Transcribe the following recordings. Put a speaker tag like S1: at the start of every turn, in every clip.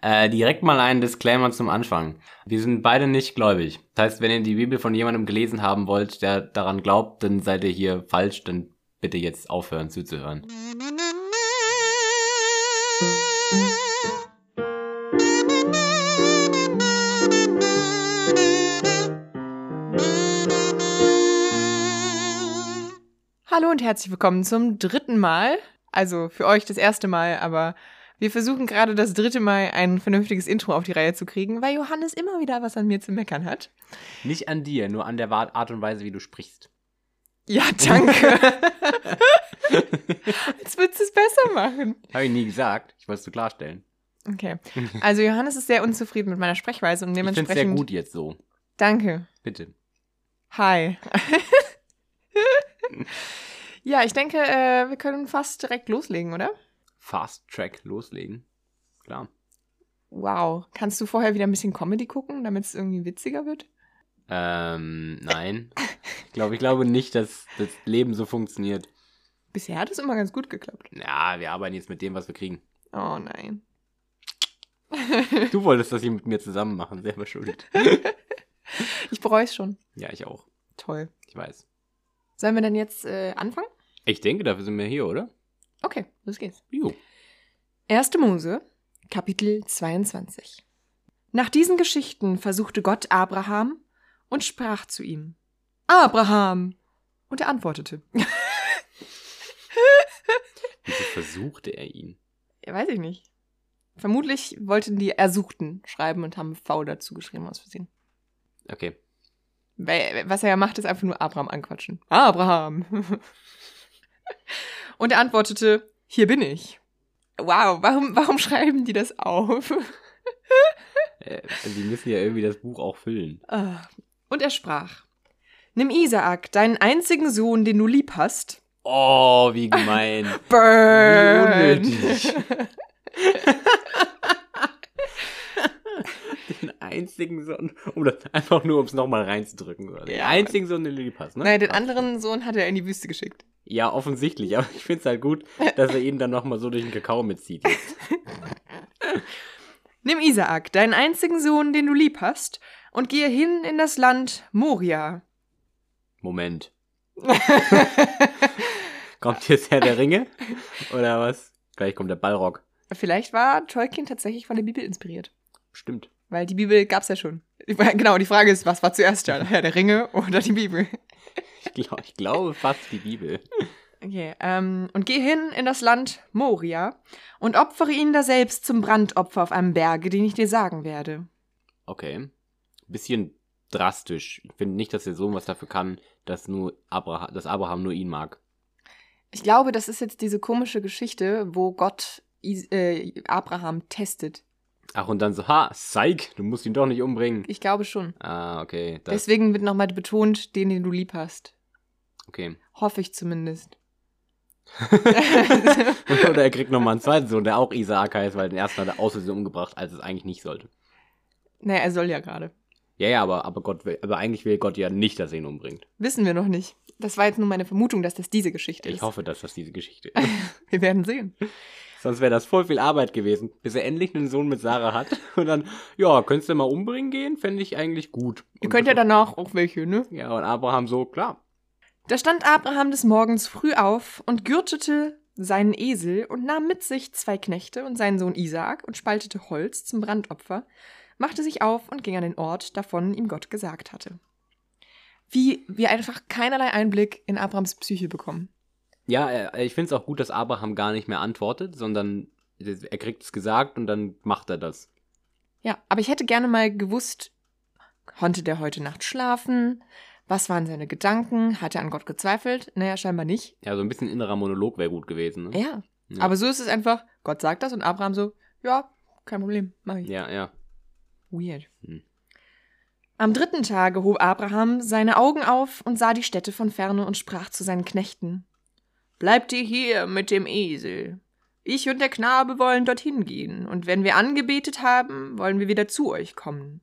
S1: Äh, direkt mal einen Disclaimer zum Anfang. Wir sind beide nicht gläubig. Das heißt, wenn ihr die Bibel von jemandem gelesen haben wollt, der daran glaubt, dann seid ihr hier falsch, dann bitte jetzt aufhören zuzuhören.
S2: Hallo und herzlich willkommen zum dritten Mal. Also für euch das erste Mal, aber wir versuchen gerade das dritte Mal ein vernünftiges Intro auf die Reihe zu kriegen, weil Johannes immer wieder was an mir zu meckern hat.
S1: Nicht an dir, nur an der Wa- Art und Weise, wie du sprichst.
S2: Ja, danke. Als würdest du es besser machen.
S1: Habe ich nie gesagt. Ich wollte es so klarstellen.
S2: Okay. Also Johannes ist sehr unzufrieden mit meiner Sprechweise
S1: Ich
S2: und
S1: finde es sehr
S2: dementsprechend.
S1: gut jetzt so.
S2: Danke.
S1: Bitte.
S2: Hi. ja, ich denke, äh, wir können fast direkt loslegen, oder?
S1: Fast Track loslegen. Klar.
S2: Wow. Kannst du vorher wieder ein bisschen Comedy gucken, damit es irgendwie witziger wird?
S1: Ähm, nein. Ich glaube, ich glaube nicht, dass das Leben so funktioniert.
S2: Bisher hat es immer ganz gut geklappt.
S1: Ja, wir arbeiten jetzt mit dem, was wir kriegen.
S2: Oh nein.
S1: Du wolltest das hier mit mir zusammen machen, selber schuld.
S2: Ich bereue es schon.
S1: Ja, ich auch.
S2: Toll.
S1: Ich weiß.
S2: Sollen wir dann jetzt äh, anfangen?
S1: Ich denke, dafür sind wir hier, oder?
S2: Okay, los geht's.
S1: Jo.
S2: Erste Mose, Kapitel 22. Nach diesen Geschichten versuchte Gott Abraham und sprach zu ihm: Abraham! Und er antwortete:
S1: Wieso versuchte er ihn?
S2: Ja, weiß ich nicht. Vermutlich wollten die Ersuchten schreiben und haben V dazu geschrieben aus Versehen.
S1: Okay.
S2: Weil, was er ja macht, ist einfach nur Abraham anquatschen. Abraham! Und er antwortete, hier bin ich. Wow, warum, warum schreiben die das auf?
S1: Äh, die müssen ja irgendwie das Buch auch füllen.
S2: Ah. Und er sprach, nimm Isaak, deinen einzigen Sohn, den du lieb hast.
S1: Oh, wie gemein.
S2: Burn!
S1: unnötig. den einzigen Sohn, um das einfach nur, um es nochmal reinzudrücken. Den
S2: Ja.
S1: einzigen Sohn, den Lilly passt, ne?
S2: Nein, den anderen Sohn hat er in die Wüste geschickt.
S1: Ja, offensichtlich, aber ich finde es halt gut, dass er ihn dann nochmal so durch den Kakao mitzieht. Jetzt.
S2: Nimm Isaak, deinen einzigen Sohn, den du lieb hast, und gehe hin in das Land Moria.
S1: Moment. Kommt jetzt Herr der Ringe? Oder was? Gleich kommt der Ballrock.
S2: Vielleicht war Tolkien tatsächlich von der Bibel inspiriert.
S1: Stimmt.
S2: Weil die Bibel gab's ja schon. Genau, die Frage ist, was war zuerst da? Herr der Ringe oder die Bibel?
S1: Ich, glaub, ich glaube fast die Bibel.
S2: Okay, ähm, und geh hin in das Land Moria und opfere ihn daselbst zum Brandopfer auf einem Berge, den ich dir sagen werde.
S1: Okay. Bisschen drastisch. Ich finde nicht, dass der Sohn was dafür kann, dass, nur Abraham, dass Abraham nur ihn mag.
S2: Ich glaube, das ist jetzt diese komische Geschichte, wo Gott Is äh, Abraham testet.
S1: Ach, und dann so, ha, Psych, du musst ihn doch nicht umbringen.
S2: Ich glaube schon.
S1: Ah, okay. Das,
S2: Deswegen wird nochmal betont, den, den du lieb hast.
S1: okay.
S2: Hoffe ich zumindest.
S1: Oder er kriegt nochmal einen zweiten Sohn, der auch Isaak heißt, weil den ersten hat er aus Versehen umgebracht, als es eigentlich nicht sollte.
S2: naja, er soll ja gerade.
S1: Ja, ja, aber, aber, Gott will, aber eigentlich will Gott ja nicht, dass er ihn umbringt.
S2: Wissen wir noch nicht. Das war jetzt nur meine Vermutung, dass das diese Geschichte
S1: Ich
S2: ist.
S1: hoffe, dass das diese Geschichte ist.
S2: Wir werden sehen.
S1: Sonst wäre das voll viel Arbeit gewesen, bis er endlich einen Sohn mit Sarah hat. Und dann, ja, könntest du mal umbringen gehen? Fände ich eigentlich gut.
S2: Ihr
S1: Und
S2: könnt ja danach auch welche, ne?
S1: Ja, und Abraham so, klar.
S2: Da stand Abraham des Morgens früh auf und gürtete seinen Esel und nahm mit sich zwei Knechte und seinen Sohn Isaak und spaltete Holz zum Brandopfer, machte sich auf und ging an den Ort, davon ihm Gott gesagt hatte. Wie wir einfach keinerlei Einblick in Abrahams Psyche bekommen.
S1: Ja, äh, ich finde es auch gut, dass Abraham gar nicht mehr antwortet, sondern er kriegt es gesagt und dann macht er das.
S2: Ja, aber ich hätte gerne mal gewusst, konnte der heute Nacht schlafen? Was waren seine Gedanken? Hat er an Gott gezweifelt? Naja, scheinbar nicht.
S1: Ja, so ein bisschen innerer Monolog wäre gut gewesen. Ne?
S2: Ja.
S1: Ja.
S2: Aber so ist es einfach, Gott sagt das und Abraham so, ja, kein Problem, mach ich.
S1: Ja, ja.
S2: Weird.
S1: Hm.
S2: Am dritten Tage hob Abraham seine Augen auf und sah die Städte von ferne und sprach zu seinen Knechten: Bleibt ihr hier mit dem Esel. Ich und der Knabe wollen dorthin gehen, und wenn wir angebetet haben, wollen wir wieder zu euch kommen.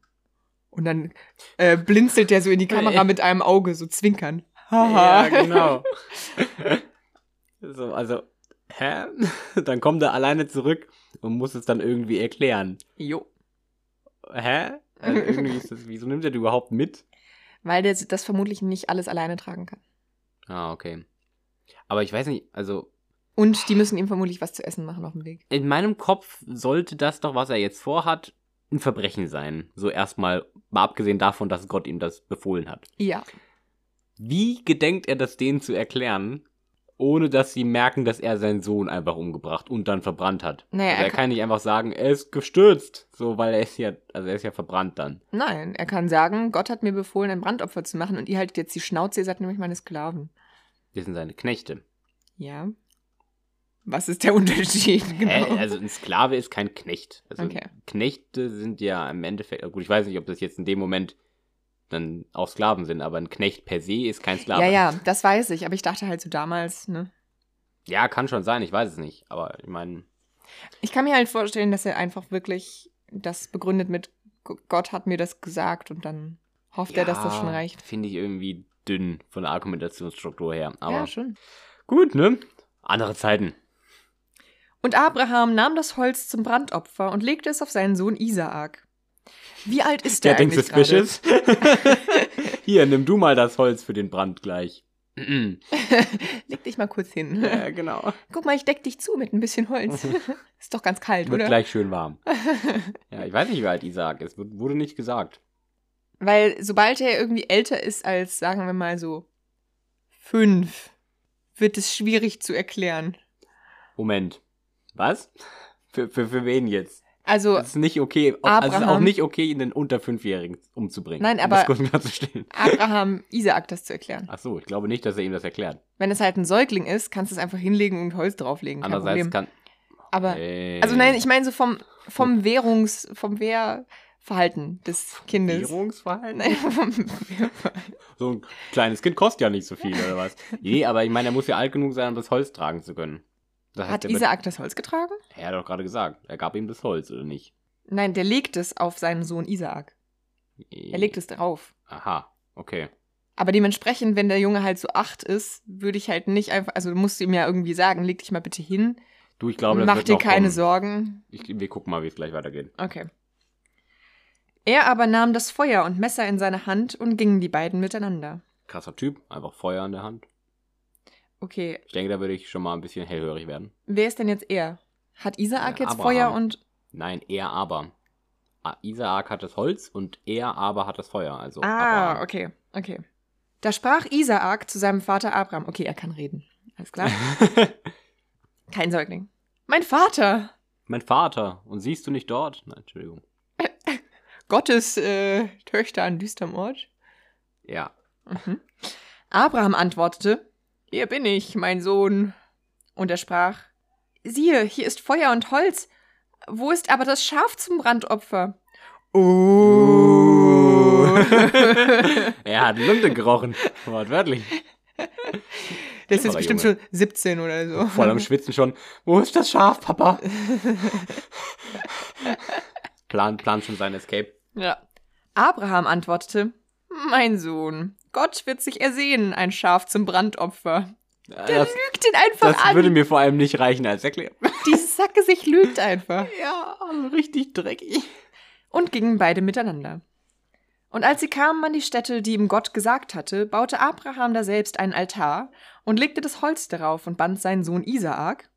S2: Und dann äh, blinzelt er so in die Kamera mit einem Auge, so zwinkern. Haha.
S1: Äh. Ja, genau. so, also, hä? Dann kommt er alleine zurück und muss es dann irgendwie erklären.
S2: Jo.
S1: Hä? Also irgendwie ist das, wieso nimmt er das überhaupt mit?
S2: Weil der das vermutlich nicht alles alleine tragen kann.
S1: Ah, okay. Aber ich weiß nicht, also
S2: Und die müssen ihm vermutlich was zu essen machen auf dem Weg.
S1: in meinem Kopf sollte das doch, was er jetzt vorhat, ein Verbrechen sein. So erstmal, mal abgesehen davon, dass Gott ihm das befohlen hat.
S2: Ja.
S1: Wie gedenkt er das denen zu erklären, ohne dass sie merken, dass er seinen Sohn einfach umgebracht und dann verbrannt hat?
S2: Naja,
S1: also
S2: er
S1: er kann nicht einfach sagen, er ist gestürzt, so, weil er ist ja, also er ist ja verbrannt dann.
S2: Nein, er kann sagen, Gott hat mir befohlen, ein Brandopfer zu machen und ihr haltet jetzt die Schnauze, ihr seid nämlich meine Sklaven.
S1: Wir sind seine Knechte.
S2: Ja. Was ist der Unterschied? Genau.
S1: Äh, also ein Sklave ist kein Knecht. Also
S2: Okay.
S1: Knechte sind ja im Endeffekt, gut, ich weiß nicht, ob das jetzt in dem Moment dann auch Sklaven sind, aber ein Knecht per se ist kein Sklave.
S2: ja, ja, das weiß ich, aber ich dachte halt so damals, ne?
S1: Ja, kann schon sein, ich weiß es nicht. Aber ich meine,
S2: Ich kann mir halt vorstellen, dass er einfach wirklich das begründet mit G- Gott hat mir das gesagt und dann hofft er, dass das schon reicht.
S1: Finde ich irgendwie dünn von der Argumentationsstruktur her. Aber
S2: ja, schon.
S1: gut, ne? Andere Zeiten.
S2: Und Abraham nahm das Holz zum Brandopfer und legte es auf seinen Sohn Isaak. Wie alt ist der,
S1: Der denkt
S2: eigentlich gerade?
S1: suspicious. Hier, nimm du mal das Holz für den Brand gleich.
S2: Leg dich mal kurz hin.
S1: ja, genau.
S2: Guck mal, ich deck dich zu mit ein bisschen Holz. ist doch ganz kalt,
S1: Mhm. Wird
S2: oder?
S1: gleich schön warm. ja, ich weiß nicht, wie alt Isaac ist. Wur- Wurde nicht gesagt.
S2: Weil sobald er irgendwie älter ist als, sagen wir mal so, fünf, wird es schwierig zu erklären.
S1: Moment. Was? Für, für, für wen jetzt?
S2: Also,
S1: Es ist nicht okay. Auch, also es ist auch
S2: Abraham.
S1: nicht okay, einen unter Fünfjährigen umzubringen.
S2: Nein,
S1: Um das
S2: aber-
S1: kurz klarzustellen.
S2: Abraham Isaak das zu erklären.
S1: Ach so, ich glaube nicht, dass er ihm das erklärt.
S2: Wenn es halt ein Säugling ist, kannst du es einfach hinlegen und Holz drauflegen. Kein
S1: Andererseits
S2: Problem.
S1: kann. äh,
S2: Aber,
S1: Hey.
S2: also nein, ich meine so vom, vom Währungs-, vom Wehrverhalten des Kindes.
S1: Regierungsverhalten?
S2: Nein, vom Wehrverhalten.
S1: So ein kleines Kind kostet ja nicht so viel, oder was? Nee, aber ich meine, er muss ja alt genug sein, um das Holz tragen zu können. Das
S2: Hat
S1: er wird-
S2: Isaak das Holz getragen?
S1: Er hat doch gerade gesagt, er gab ihm das Holz, oder nicht?
S2: Nein, der legt es auf seinen Sohn Isaak. Er legt es drauf.
S1: Aha, okay.
S2: Aber dementsprechend, wenn der Junge halt so acht ist, würde ich halt nicht einfach, also du musst ihm ja irgendwie sagen, leg dich mal bitte hin,
S1: Du, ich glaube, das
S2: mach
S1: wird
S2: dir
S1: noch
S2: keine
S1: kommen.
S2: Sorgen.
S1: Ich, wir gucken mal, wie es gleich weitergeht.
S2: Okay. Er aber nahm das Feuer und Messer in seine Hand und gingen die beiden miteinander.
S1: Krasser Typ, einfach Feuer in der Hand.
S2: Okay,
S1: Ich denke, da würde ich schon mal ein bisschen hellhörig werden.
S2: wer ist denn jetzt er? Hat Isaak
S1: Ja,
S2: jetzt
S1: Abraham.
S2: Feuer und.
S1: Nein, er aber. Ah, Isaak hat das Holz und er aber hat das Feuer. Also
S2: Ah,
S1: Abraham.
S2: okay, okay. Da sprach Isaak zu seinem Vater Abraham. Okay, er kann reden. Alles klar. Kein Säugling. Mein Vater!
S1: mein Vater. Und siehst du nicht dort? Nein, Entschuldigung.
S2: Gottes äh, Töchter an düsterem Ort.
S1: Ja,
S2: Mhm. Abraham antwortete, Hier bin ich, mein Sohn. Und er sprach, Siehe, hier ist Feuer und Holz. Wo ist aber das Schaf zum Brandopfer? Oh.
S1: er hat Lunte gerochen. Wortwörtlich.
S2: das ist
S1: Voller
S2: jetzt bestimmt
S1: Junge.
S2: schon 17 oder so.
S1: Voll am Schwitzen schon. Wo ist das Schaf, Papa? Plan, plan schon sein Escape.
S2: Ja. Abraham antwortete, Mein Sohn, Gott wird sich ersehnen, ein Schaf zum Brandopfer. Der
S1: Das,
S2: lügt ihn einfach
S1: das
S2: an.
S1: würde mir vor allem nicht reichen als Erklärung.
S2: Dieses Sackgesicht lügt einfach.
S1: Ja, also richtig dreckig.
S2: und gingen beide miteinander. Und als sie kamen an die Stätte, die ihm Gott gesagt hatte, baute Abraham daselbst einen Altar und legte das Holz darauf und band seinen Sohn Isaak,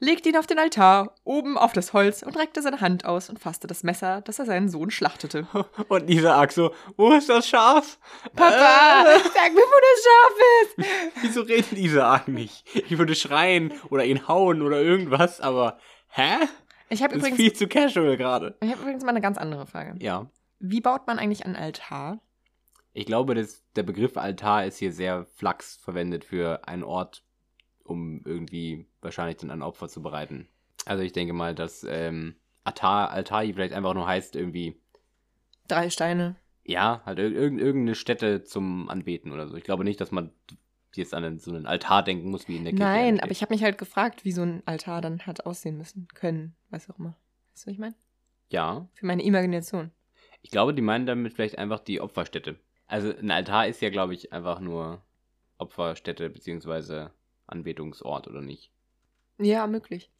S2: legte ihn auf den Altar, oben auf das Holz und reckte seine Hand aus und fasste das Messer, das er seinen Sohn schlachtete.
S1: Und Isaac so, wo ist das Schaf?
S2: Papa,
S1: Äh,
S2: sag mir, wo das Schaf ist!
S1: wieso redet Isaac nicht? Ich würde schreien oder ihn hauen oder irgendwas, aber hä?
S2: Ich habe
S1: Das ist
S2: übrigens,
S1: viel zu casual gerade.
S2: ich hab übrigens mal eine ganz andere Frage.
S1: Ja.
S2: Wie baut man eigentlich einen Altar?
S1: Ich glaube, dass der Begriff Altar ist hier sehr flachs verwendet für einen Ort, um irgendwie wahrscheinlich dann ein Opfer zu bereiten. Also ich denke mal, dass ähm, Altar, Altar hier vielleicht einfach nur heißt irgendwie,
S2: Drei Steine.
S1: ja, halt ir irgend- irgendeine Stätte zum Anbeten oder so. Ich glaube nicht, dass man jetzt an einen, so einen Altar denken muss, wie in der Kirche.
S2: Nein,
S1: eigentlich.
S2: aber ich habe mich halt gefragt, wie so ein Altar dann hat aussehen müssen, können, was auch immer. Weißt du, was ich meine?
S1: Ja,
S2: Für meine Imagination.
S1: ich glaube, die meinen damit vielleicht einfach die Opferstätte. Also ein Altar ist ja, glaube ich, einfach nur Opferstätte beziehungsweise Anbetungsort, oder nicht?
S2: Ja, möglich.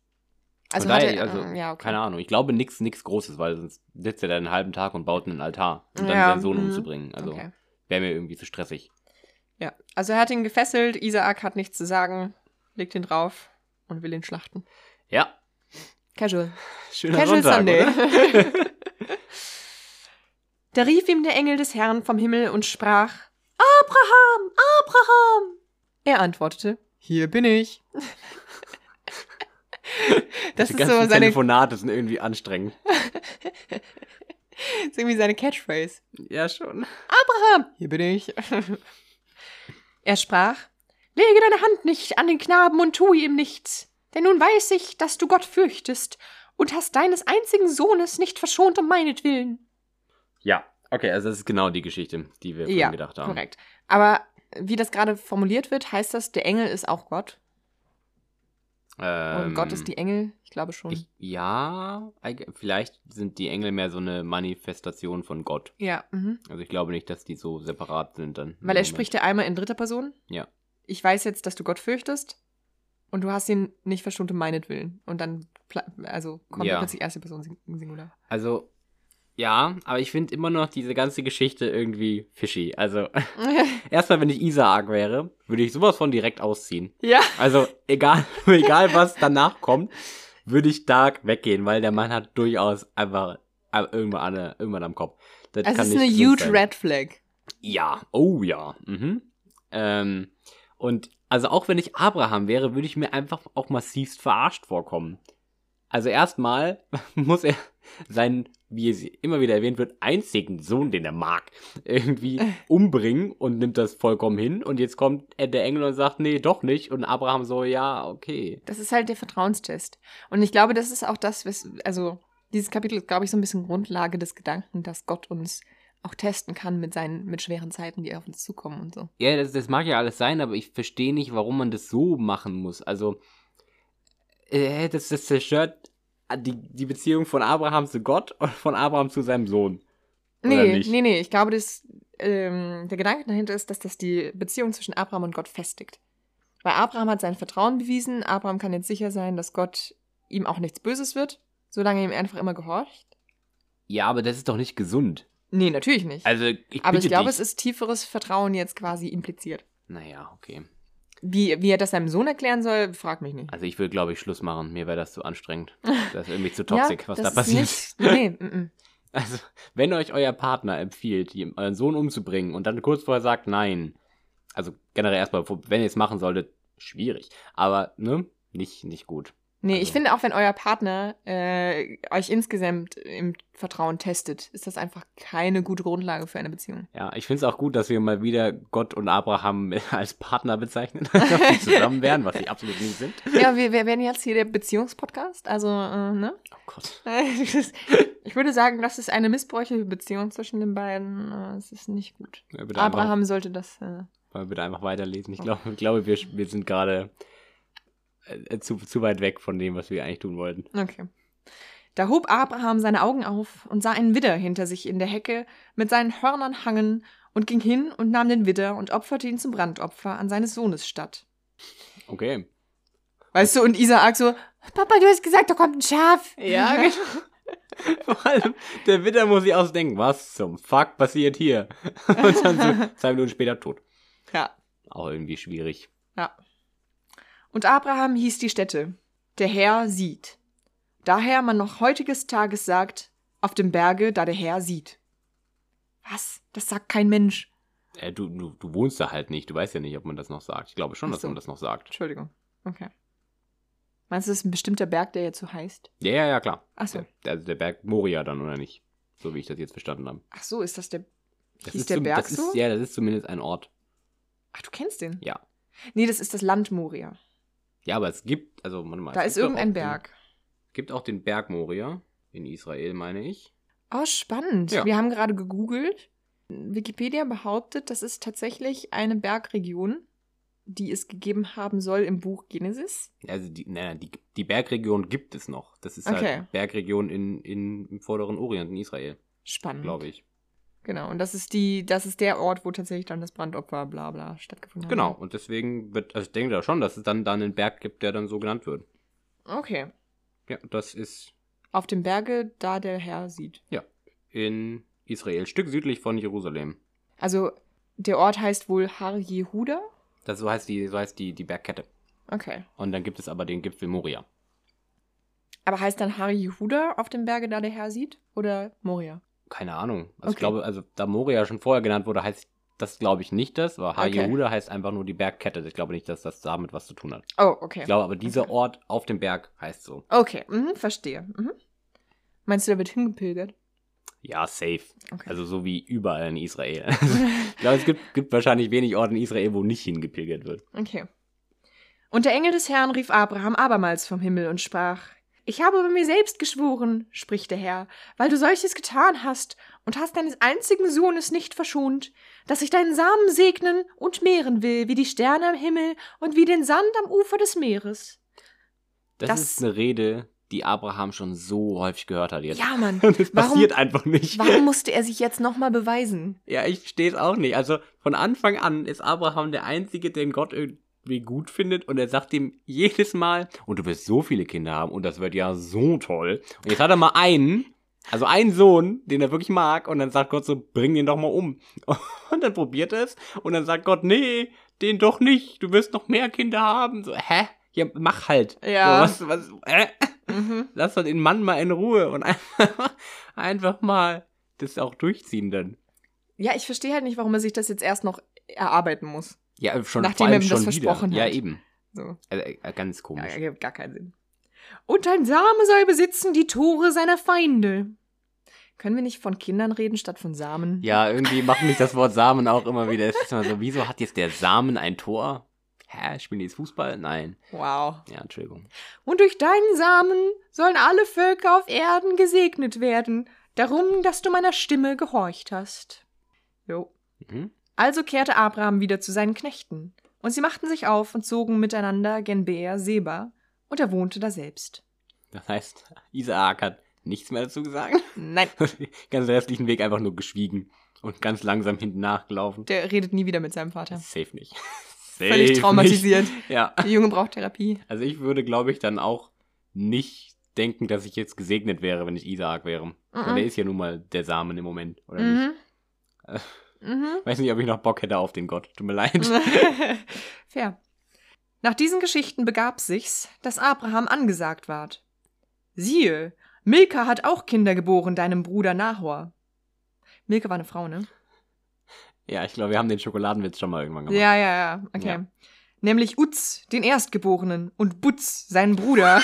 S2: Also,
S1: daher,
S2: hatte,
S1: also,
S2: ja, okay.
S1: Keine Ahnung. Ich glaube nichts nix Großes, weil sonst sitzt er da einen halben Tag und baut einen Altar, um dann
S2: Ja,
S1: seinen Sohn
S2: mhm.
S1: umzubringen. Also
S2: okay.
S1: wäre mir irgendwie zu stressig.
S2: Ja, also er hat ihn gefesselt, Isaak hat nichts zu sagen, legt ihn drauf und will ihn schlachten.
S1: Ja.
S2: Casual.
S1: Schöner
S2: Casual
S1: Sonntag,
S2: Sunday.
S1: oder?
S2: Da rief ihm der Engel des Herrn vom Himmel und sprach: Abraham, Abraham! Er antwortete: Hier bin ich. das
S1: Die
S2: ist
S1: ganzen
S2: so seine, ist
S1: Telefonate sind irgendwie anstrengend.
S2: irgendwie seine Catchphrase.
S1: Ja, schon.
S2: Abraham, Ah, hier bin ich. er sprach: Lege deine Hand nicht an den Knaben und tue ihm nichts, denn nun weiß ich, dass du Gott fürchtest und hast deines einzigen Sohnes nicht verschont um meinetwillen.
S1: Ja. Okay, also das ist genau die Geschichte, die wir vorhin gedacht haben.
S2: Korrekt. Aber wie das gerade formuliert wird, heißt das, der Engel ist auch Gott.
S1: Ähm,
S2: und Gott ist die Engel, ich glaube schon.
S1: Ich, ja, eig- vielleicht sind die Engel mehr so eine Manifestation von Gott.
S2: ja, mhm.
S1: Also ich glaube nicht, dass die so separat sind dann.
S2: weil er spricht ja einmal in dritter Person.
S1: Ja.
S2: Ich weiß jetzt, dass du Gott fürchtest und du hast ihn nicht verstanden, um meinetwillen. Und dann pla- also kommt
S1: Ja.
S2: plötzlich erste Person sing- Singular.
S1: Also, ja, aber ich finde immer noch diese ganze Geschichte irgendwie fishy. Also, erstmal, wenn ich Isaak wäre, würde ich sowas von direkt ausziehen.
S2: ja.
S1: Also, egal, egal was danach kommt, würde ich stark weggehen, weil der Mann hat durchaus einfach äh, irgendwann, eine, irgendwann am Kopf. Das
S2: Also Es
S1: kann
S2: ist
S1: nicht
S2: eine
S1: gesund
S2: huge
S1: sein.
S2: Red Flag.
S1: Ja, oh ja. Mhm. Ähm, und also auch wenn ich Abraham wäre, würde ich mir einfach auch massivst verarscht vorkommen. Also erstmal muss er seinen, wie es immer wieder erwähnt wird, einzigen Sohn, den er mag, irgendwie umbringen und nimmt das vollkommen hin. Und jetzt kommt äh, der Engel und sagt, nee, doch nicht. Und Abraham so, ja, okay.
S2: Das ist halt der Vertrauenstest. Und ich glaube, das ist auch das, was, also dieses Kapitel ist, glaube ich, so ein bisschen Grundlage des Gedanken, dass Gott uns auch testen kann mit seinen, mit schweren Zeiten, die auf uns zukommen und so.
S1: Ja, das, das mag ja alles sein, aber ich verstehe nicht, warum man das so machen muss. Also, äh, das, das zerstört die, die Beziehung von Abraham zu Gott und von Abraham zu seinem Sohn. Oder
S2: Nee,
S1: nicht?
S2: nee, nee. Ich glaube, das, ähm, der Gedanke dahinter ist, dass das die Beziehung zwischen Abraham und Gott festigt. Weil Abraham hat sein Vertrauen bewiesen, Abraham kann jetzt sicher sein, dass Gott ihm auch nichts Böses wird, solange er ihm einfach immer gehorcht.
S1: Ja, aber das ist doch nicht gesund.
S2: Nee, natürlich nicht.
S1: Also, ich
S2: Aber ich
S1: bitte
S2: glaube,
S1: dich.
S2: es ist tieferes Vertrauen jetzt quasi impliziert.
S1: Naja, okay.
S2: Wie, wie er das seinem Sohn erklären soll, frag mich nicht.
S1: Also, ich will, glaube ich, Schluss machen. Mir wäre das zu anstrengend. Das ist irgendwie zu toxisch, was da
S2: das
S1: passiert.
S2: ist Nicht, nee, mm, mm.
S1: Also, wenn euch euer Partner empfiehlt, ihm- euren Sohn umzubringen und dann kurz vorher sagt, nein. Also, generell erstmal, wenn ihr es machen solltet, schwierig. Aber, ne? Nicht, nicht gut.
S2: nee ich
S1: Also-
S2: finde auch, wenn euer Partner äh, euch insgesamt im Vertrauen testet, ist das einfach keine gute Grundlage für eine Beziehung.
S1: Ja, ich finde es auch gut, dass wir mal wieder Gott und Abraham als Partner bezeichnen, dass sie zusammen wären, was sie absolut nie sind.
S2: Ja, wir, wir werden jetzt hier der Beziehungspodcast, also, äh, ne?
S1: Oh Gott.
S2: Ich würde sagen, das ist eine missbräuchliche Beziehung zwischen den beiden. äh, Es ist nicht gut.
S1: Ja, bitte
S2: Abraham sollte das. Äh,
S1: Einfach, mal bitte einfach weiterlesen. Ich glaube, ich glaube wir, wir sind gerade äh, zu, zu weit weg von dem, was wir eigentlich tun wollten.
S2: Okay. Da hob Abraham seine Augen auf und sah einen Widder hinter sich in der Hecke mit seinen Hörnern hangen und ging hin und nahm den Widder und opferte ihn zum Brandopfer an seines Sohnes statt.
S1: Okay.
S2: Weißt du, und Isaak so, genau. Papa, du hast gesagt, da kommt ein Schaf.
S1: Vor allem, der Witter muss sich ausdenken, was zum Fuck passiert hier? Und dann so zwei Minuten später tot.
S2: ja.
S1: Auch irgendwie schwierig.
S2: Und Abraham hieß die Stätte, der Herr sieht. Daher man noch heutiges Tages sagt, auf dem Berge, da der Herr sieht. Was? Das sagt kein Mensch.
S1: Äh, du, du, du wohnst da halt nicht, du weißt ja nicht, ob man das noch sagt. Ich glaube schon,
S2: Ach
S1: dass
S2: so.
S1: man das noch sagt.
S2: Entschuldigung. Okay. Meinst du, das ist ein bestimmter Berg, der jetzt so heißt?
S1: Ja, ja, ja, klar.
S2: Ach so.
S1: Der- Also der Berg Moria dann, oder nicht? So wie ich das jetzt verstanden habe.
S2: Ach so, ist das der.
S1: Das
S2: hieß der
S1: zum-
S2: Berg
S1: das
S2: so?
S1: Ist, ja, das ist zumindest ein Ort.
S2: Ach, du kennst den?
S1: Ja.
S2: Nee, das ist das Land Moria.
S1: Ja, aber es gibt, also warte mal.
S2: da
S1: es
S2: ist
S1: gibt doch
S2: irgendein
S1: auch den-
S2: Berg.
S1: Es gibt auch den Berg Moria in Israel, meine ich.
S2: Oh, spannend.
S1: Ja.
S2: Wir haben gerade gegoogelt. Wikipedia behauptet, das ist tatsächlich eine Bergregion, die es gegeben haben soll im Buch Genesis.
S1: Also die, nein, nein, die, die Bergregion gibt es noch. Das ist
S2: Okay.
S1: halt Bergregion in, in, im vorderen Orient in Israel,
S2: Spannend.
S1: glaube ich.
S2: Genau. Und das ist die, das ist der Ort, wo tatsächlich dann das Brandopfer bla bla stattgefunden hat.
S1: Genau. Und deswegen wird, also ich denke da schon, dass es dann, dann einen Berg gibt, der dann so genannt wird.
S2: Okay.
S1: Ja, das ist
S2: Auf dem Berge, da der Herr sieht.
S1: in Israel, Stück südlich von Jerusalem.
S2: Also, der Ort heißt wohl Har Jehuda?
S1: Das so heißt die, so heißt die, die Bergkette.
S2: Okay.
S1: Und dann gibt es aber den Gipfel Moria.
S2: Aber heißt dann Har Jehuda auf dem Berge, da der Herr sieht? Oder Moria?
S1: Keine Ahnung. Also ich
S2: Okay.
S1: glaube, also da Moria schon vorher genannt wurde, heißt das glaube ich nicht das, aber Har
S2: Okay.
S1: Yehuda heißt einfach nur die Bergkette. Also Ich glaube nicht, dass das damit was zu tun hat.
S2: Oh, okay.
S1: Ich glaube aber dieser
S2: Okay.
S1: Ort auf dem Berg heißt so.
S2: Okay, mhm, verstehe. Mhm. Meinst du, der wird hingepilgert?
S1: Ja, safe.
S2: Okay.
S1: Also so wie überall in Israel. Also ich glaube, es gibt, gibt wahrscheinlich wenig Orte in Israel, wo nicht hingepilgert wird.
S2: Okay. Und der Engel des Herrn rief Abraham abermals vom Himmel und sprach: Ich habe bei mir selbst geschworen, spricht der Herr, weil du solches getan hast und hast deines einzigen Sohnes nicht verschont, dass ich deinen Samen segnen und mehren will, wie die Sterne am Himmel und wie den Sand am Ufer des Meeres.
S1: Das,
S2: Das-
S1: ist eine Rede, die Abraham schon so häufig gehört hat jetzt.
S2: Ja, Mann.
S1: Und es
S2: Warum-
S1: passiert einfach nicht.
S2: Warum musste er sich jetzt nochmal beweisen?
S1: Ja, ich verstehe es auch nicht. Also von Anfang an ist Abraham der Einzige, den Gott irgendwie gut findet und er sagt ihm jedes Mal, und du wirst so viele Kinder haben und das wird ja so toll. Und jetzt hat er mal einen, also einen Sohn, den er wirklich mag und dann sagt Gott so, bring den doch mal um. Und dann probiert er es und dann sagt Gott, nee, den doch nicht, du wirst noch mehr Kinder haben. So, hä? Ja, mach halt.
S2: Ja.
S1: So, was, was, äh?
S2: Mhm.
S1: Lass doch den Mann mal in Ruhe und einfach, einfach mal das auch durchziehen dann.
S2: Ja, ich verstehe halt nicht, warum er sich das jetzt erst noch erarbeiten muss.
S1: Ja, schon
S2: Nachdem
S1: vor allem
S2: er ihm das
S1: schon
S2: versprochen
S1: wieder.
S2: hat.
S1: Ja, eben.
S2: So.
S1: Also, äh, ganz
S2: Ja,
S1: komisch.
S2: ergibt gar keinen Sinn. Und dein Same soll besitzen die Tore seiner Feinde. Können wir nicht von Kindern reden statt von Samen?
S1: Ja, irgendwie macht mich das Wort Samen auch immer wieder. Es ist immer so, wieso hat jetzt der Samen ein Tor? Hä, spielen die jetzt Fußball? Nein.
S2: Wow.
S1: Ja, Entschuldigung.
S2: Und durch deinen Samen sollen alle Völker auf Erden gesegnet werden, darum, dass du meiner Stimme gehorcht hast. Jo.
S1: Mhm.
S2: Also kehrte Abraham wieder zu seinen Knechten, und sie machten sich auf und zogen miteinander gen Beer Seba, und er wohnte daselbst.
S1: Das heißt, Isaak hat nichts mehr dazu gesagt.
S2: Nein,
S1: Den ganzen restlichen Weg einfach nur geschwiegen und ganz langsam hinten nachgelaufen.
S2: der redet nie wieder mit seinem Vater.
S1: Safe nicht. Safe
S2: Völlig traumatisiert.
S1: Nicht. Ja.
S2: Der Junge braucht Therapie.
S1: Also ich würde, glaube ich, dann auch nicht denken, dass ich jetzt gesegnet wäre, wenn ich Isaak wäre. Weil
S2: Mhm.
S1: der ist ja nun mal der Samen im Moment, oder nicht?
S2: Mhm.
S1: Äh.
S2: Mhm.
S1: Weiß nicht, ob ich noch Bock hätte auf den Gott. Tut mir leid.
S2: Fair. Nach diesen Geschichten begab sich's, dass Abraham angesagt ward. Siehe, Milka hat auch Kinder geboren, deinem Bruder Nahor. Milka war eine Frau, ne?
S1: ja, ich glaube, wir haben den Schokoladenwitz schon mal irgendwann gemacht.
S2: Ja, ja, ja, okay.
S1: Genau. Ja.
S2: Nämlich Uz, den Erstgeborenen, und Butz, seinen Bruder.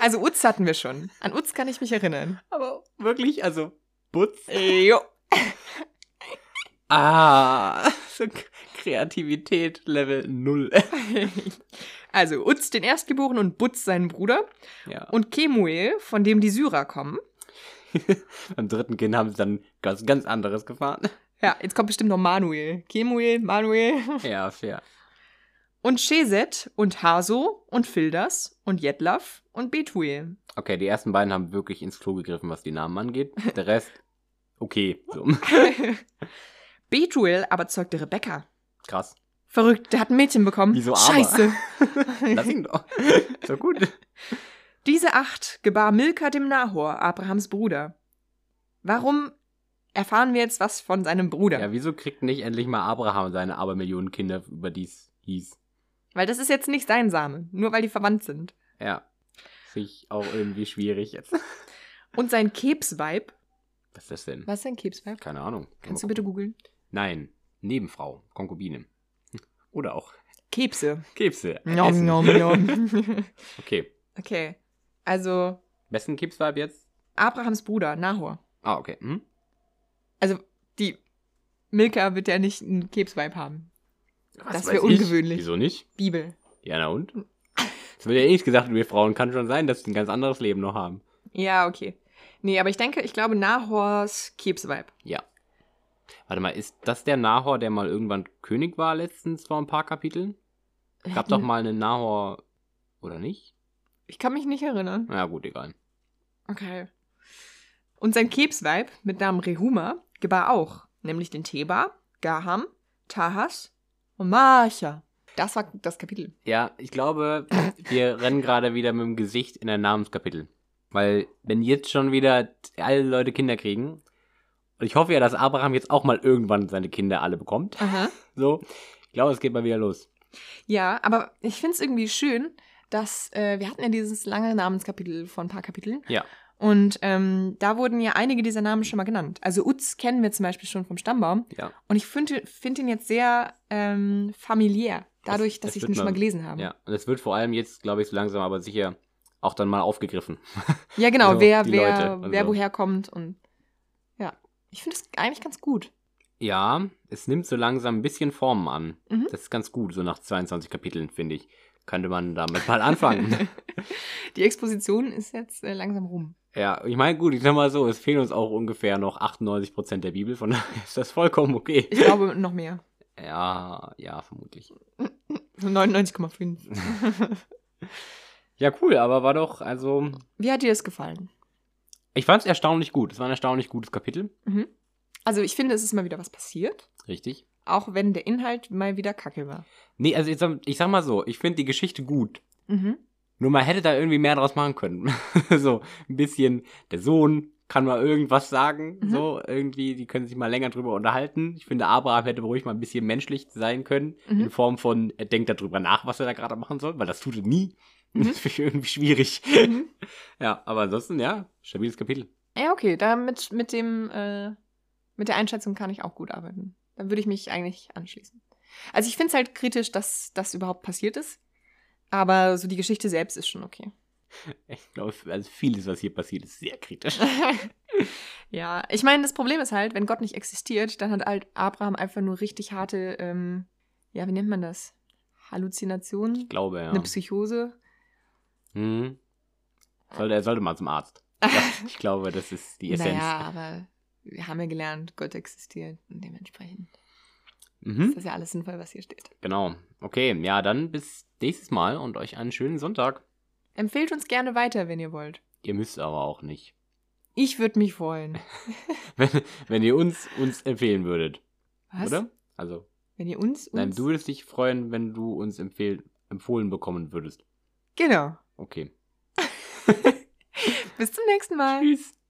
S2: also Uz hatten wir schon. An Uz kann ich mich erinnern.
S1: Aber wirklich, also Butz.
S2: Jo.
S1: Ah, so K- Kreativität Level 0.
S2: Also Uz, den Erstgeborenen, und Butz, seinen Bruder.
S1: ja.
S2: und Kemuel, von dem die Syrer kommen.
S1: Am dritten Kind haben sie dann ganz, ganz anderes gefahren.
S2: Ja, jetzt kommt bestimmt noch Manuel. Kemuel, Manuel.
S1: ja, fair.
S2: Und Sheset und Haso und Fildas und Jetlaf und Betuel.
S1: Okay, die ersten beiden haben wirklich ins Klo gegriffen, was die Namen angeht. Der Rest, okay. So.
S2: Betuel aber zeugte Rebekka.
S1: Krass.
S2: Verrückt, der hat ein Mädchen bekommen.
S1: Wieso aber?
S2: Scheiße.
S1: Lass ihn doch. So gut.
S2: Diese acht gebar Milka dem Nahor, Abrahams Bruder. Warum erfahren wir jetzt was von seinem Bruder?
S1: Ja, wieso kriegt nicht endlich mal Abraham seine Abermillionen Kinder, über die es hieß?
S2: Weil das ist jetzt nicht sein Same, nur weil die verwandt sind.
S1: Ja. Sich auch irgendwie schwierig jetzt.
S2: Und sein Kebsweib.
S1: Was ist das denn?
S2: Was ist ein Kebsweib?
S1: Keine Ahnung.
S2: Kannst du
S1: Mal
S2: bitte
S1: gucken.
S2: googeln?
S1: Nein. Nebenfrau. Konkubine. Oder auch
S2: Kebse.
S1: Kebse.
S2: Nom,
S1: Essen.
S2: nom, nom.
S1: Okay.
S2: okay, also
S1: Wessen Kebsweib jetzt?
S2: Abrahams Bruder, Nahor.
S1: Ah, okay. Hm?
S2: Also die Milka wird ja nicht einen Kebsweib haben.
S1: Was
S2: Das
S1: weiß
S2: wäre
S1: ich?
S2: ungewöhnlich.
S1: Wieso nicht?
S2: Bibel.
S1: Ja, na und? Es wird ja eh nicht gesagt, wir Frauen kann schon sein, dass sie ein ganz anderes Leben noch haben.
S2: Ja, okay. Nee, aber ich denke, ich glaube Nahors Kebsweib.
S1: Ja. Warte mal, ist das der Nahor, der mal irgendwann König war letztens vor ein paar Kapiteln? Gab
S2: Äh.
S1: doch mal einen Nahor, oder nicht?
S2: Ich kann mich nicht erinnern.
S1: Na gut, egal.
S2: Okay. Und sein Kebsweib mit Namen Rehuma gebar auch, nämlich den Theba, Gaham, Tahas und Marcha. Das war das Kapitel.
S1: Ja, ich glaube, wir rennen gerade wieder mit dem Gesicht in ein Namenskapitel. Weil, wenn jetzt schon wieder alle Leute Kinder kriegen, und ich hoffe ja, dass Abraham jetzt auch mal irgendwann seine Kinder alle bekommt,
S2: Aha.
S1: so, ich glaube, es geht mal wieder los.
S2: Ja, aber ich finde es irgendwie schön, dass äh, wir hatten ja dieses lange Namenskapitel vor ein paar Kapiteln.
S1: Ja.
S2: Und ähm, da wurden ja einige dieser Namen schon mal genannt. Also Utz kennen wir zum Beispiel schon vom Stammbaum.
S1: Ja.
S2: Und ich finde find ihn jetzt sehr ähm, familiär, dadurch,
S1: Das-
S2: dass
S1: das
S2: ich
S1: wird
S2: ihn schon
S1: man-
S2: mal gelesen habe.
S1: Ja, und es wird vor allem jetzt, glaube ich, so langsam aber sicher auch dann mal aufgegriffen.
S2: Ja, genau,
S1: Also,
S2: wer,
S1: die
S2: wer,
S1: Leute also und
S2: wer
S1: so.
S2: woher kommt und ja. Ich finde es eigentlich ganz gut.
S1: Ja, es nimmt so langsam ein bisschen Formen an.
S2: Mhm.
S1: Das ist ganz gut, so nach 22 Kapiteln, finde ich. Könnte man damit mal anfangen.
S2: Die Exposition ist jetzt äh, langsam rum.
S1: ja, ich meine, gut, ich sag mal so, es fehlen uns auch ungefähr noch 98% der Bibel, von daher ist das vollkommen okay.
S2: Ich glaube, noch mehr.
S1: Ja, ja, vermutlich.
S2: So 99,5.
S1: Ja, cool, aber war doch, also,
S2: Wie hat dir das gefallen?
S1: ich fand es erstaunlich gut. Es war ein erstaunlich gutes Kapitel,
S2: Mhm. Also, ich finde, es ist mal wieder was passiert,
S1: richtig?
S2: auch wenn der Inhalt mal wieder kacke war.
S1: Nee, also, jetzt, ich sag mal so, ich finde die Geschichte gut.
S2: Mhm.
S1: Nur man hätte da irgendwie mehr draus machen können. so ein bisschen, der Sohn kann mal irgendwas sagen,
S2: Mhm.
S1: so irgendwie, die können sich mal länger drüber unterhalten. Ich finde, Abraham hätte ruhig mal ein bisschen menschlich sein können,
S2: Mhm.
S1: in Form von, er denkt darüber nach, was er da gerade machen soll, weil das tut er nie.
S2: Mhm.
S1: Das finde ich irgendwie schwierig.
S2: Mhm.
S1: ja, aber ansonsten, ja, stabiles Kapitel.
S2: Ja, okay, damit mit dem äh, mit der Einschätzung kann ich auch gut arbeiten. Dann würde ich mich eigentlich anschließen. Also ich finde es halt kritisch, dass das überhaupt passiert ist, aber so die Geschichte selbst ist schon okay.
S1: Ich glaube, also vieles, was hier passiert, ist sehr kritisch.
S2: ja, ich meine, das Problem ist halt, wenn Gott nicht existiert, dann hat halt Abraham einfach nur richtig harte, ähm, ja, wie nennt man das? Halluzinationen,
S1: Ich glaube, ja.
S2: eine Psychose.
S1: Hm. Sollte, er sollte mal zum Arzt. Ja, ich glaube, das ist die Essenz.
S2: Naja, aber wir haben ja gelernt, Gott existiert und dementsprechend
S1: Mhm.
S2: ist das ja alles sinnvoll, was hier steht.
S1: Genau. Okay, ja, dann bis nächstes Mal und euch einen schönen Sonntag.
S2: Empfehlt uns gerne weiter, wenn ihr wollt.
S1: Ihr müsst aber auch nicht.
S2: Ich würde mich freuen.
S1: Wenn, wenn ihr uns uns empfehlen würdet,
S2: Was?
S1: oder? Also,
S2: Wenn ihr uns, uns
S1: nein, du würdest dich freuen, wenn du uns empfehl, empfohlen bekommen würdest.
S2: Genau.
S1: Okay.
S2: Bis zum nächsten Mal.
S1: Tschüss.